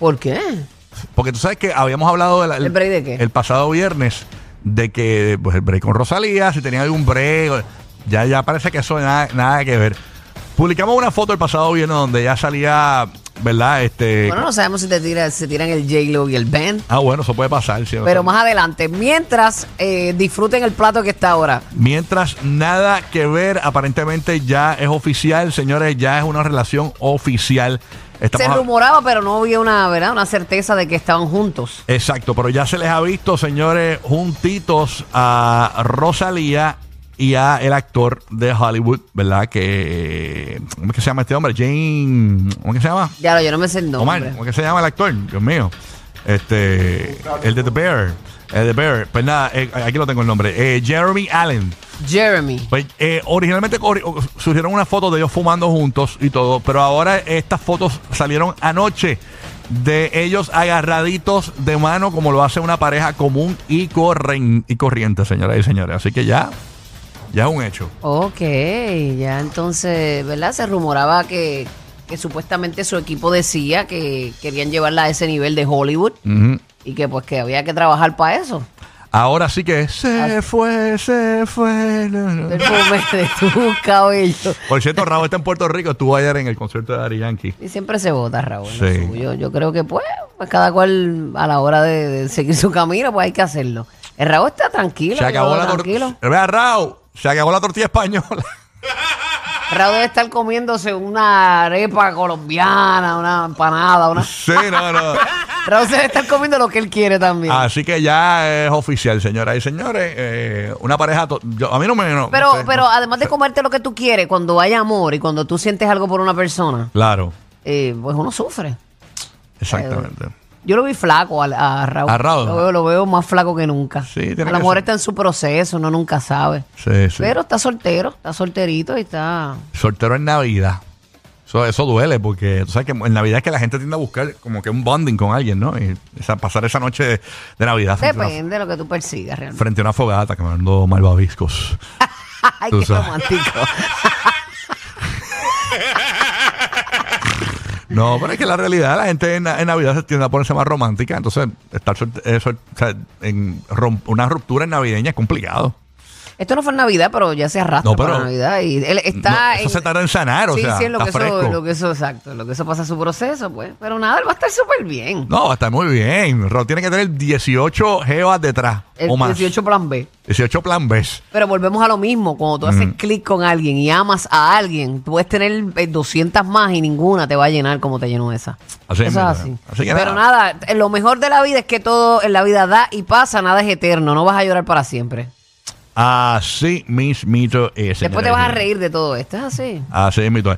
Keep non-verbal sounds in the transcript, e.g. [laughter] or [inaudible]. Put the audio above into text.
¿Por qué? Porque tú sabes que habíamos hablado de la- ¿El break de qué? el pasado viernes de que pues, el break con Rosalía, si tenían algún break. Ya, ya parece que eso nada, nada que ver. Publicamos una foto el pasado viernes donde ya salía, ¿verdad? Este. Bueno, no sabemos si te tira, si tiran el J-Lo y el Ben. Ah, bueno, eso puede pasar. sí, no Pero sé. más adelante, mientras eh, disfruten el plato que está ahora. Mientras nada que ver, aparentemente ya es oficial, señores, ya es una relación oficial. Se Estamos a- rumoraba, pero no había una, ¿verdad? una certeza de que estaban juntos. Exacto, pero ya se les ha visto, señores, juntitos a Rosalía y a el actor de Hollywood, ¿verdad? Que ¿cómo es que se llama este hombre? Jane, ¿cómo es que se llama? Ya lo, yo no me sé el Omar, nombre. ¿cómo es que se llama el actor? Dios mío. Este, el de The Bear, el de Bear. Pues nada, eh, aquí lo tengo el nombre. Eh, Jeremy Allen. Jeremy. Pues, eh, originalmente ori- o- surgieron unas fotos de ellos fumando juntos y todo, pero ahora estas fotos salieron anoche de ellos agarraditos de mano como lo hace una pareja común y, corren- y corriente, señoras y señores. Así que ya, ya es un hecho. Ok, ya entonces, ¿verdad? Se rumoraba que, que supuestamente su equipo decía que querían llevarla a ese nivel de Hollywood Ujú. y que pues que había que trabajar para eso. Ahora sí que Ah. se fue, se fue. no, no. Perfume de [laughs] tu cabello. Por cierto, Raúl está en Puerto Rico, estuvo ayer en el concierto de Ari Yankee. Y siempre se vota, Raúl. lo Sí. suyo. Yo creo que, pues, pues, cada cual a la hora de, de seguir su camino, pues hay que hacerlo. El Raúl está tranquilo. Se acabó todo la tranquilo. tortilla. Vea, Raúl, se acabó la tortilla española. [laughs] Raúl debe estar comiéndose una arepa colombiana, una empanada, una... Sí, no, no. Raúl se debe estar comiendo lo que él quiere también. Así que ya es oficial, señoras y señores. eh, una pareja. to- yo- a mí no me. no- pero, no sé, pero no- además de comerte lo que tú quieres, cuando hay amor y cuando tú sientes algo por una persona, Claro, eh, pues uno sufre. exactamente. Yo lo vi flaco al- a, Raúl. A Raúl. Lo veo, lo veo más flaco que nunca. Sí, tiene a lo que mejor ser. está en su proceso, uno nunca sabe. Sí, sí. Pero está soltero, está solterito y está. Soltero en Navidad. Eso, eso duele porque tú sabes que en Navidad es que la gente tiende a buscar como que un bonding con alguien, ¿no? Y esa- pasar esa noche de, de Navidad frente, a Depende de lo que tú persigas una, realmente. frente a una fogata quemando malvaviscos. [laughs] Ay, tú qué sabes. romántico. [laughs] No, pero es que la realidad, la gente en, na- en Navidad se tiende a ponerse más romántica. Entonces, estar sol- eh, sol- o sea, en rom- una ruptura en navideña es complicado. Esto no fue en Navidad, pero ya se arrastra No, pero- para Navidad. Y él está No, eso se tarda en sanar, o sí, sea, sí, en lo está que, eso, fresco. lo que eso, exacto. Lo que eso pasa su proceso, pues. Pero nada, él va a estar súper bien. No, está muy bien. Raúl tiene que tener 18 geos detrás El o más. 18 plan B. 18 plan B. Pero volvemos a lo mismo. Cuando tú haces clic con alguien y amas a alguien, tú puedes tener eh, 200 más y ninguna te va a llenar como te llenó esa. Así es, Eso es mira. así. Así que Pero nada. nada. eh, lo mejor de la vida es que todo en la vida da y pasa, nada es eterno. No vas a llorar para siempre. Así mismito es. señoras Después te y vas a señores. reír de todo esto. Es así. Así mismito es.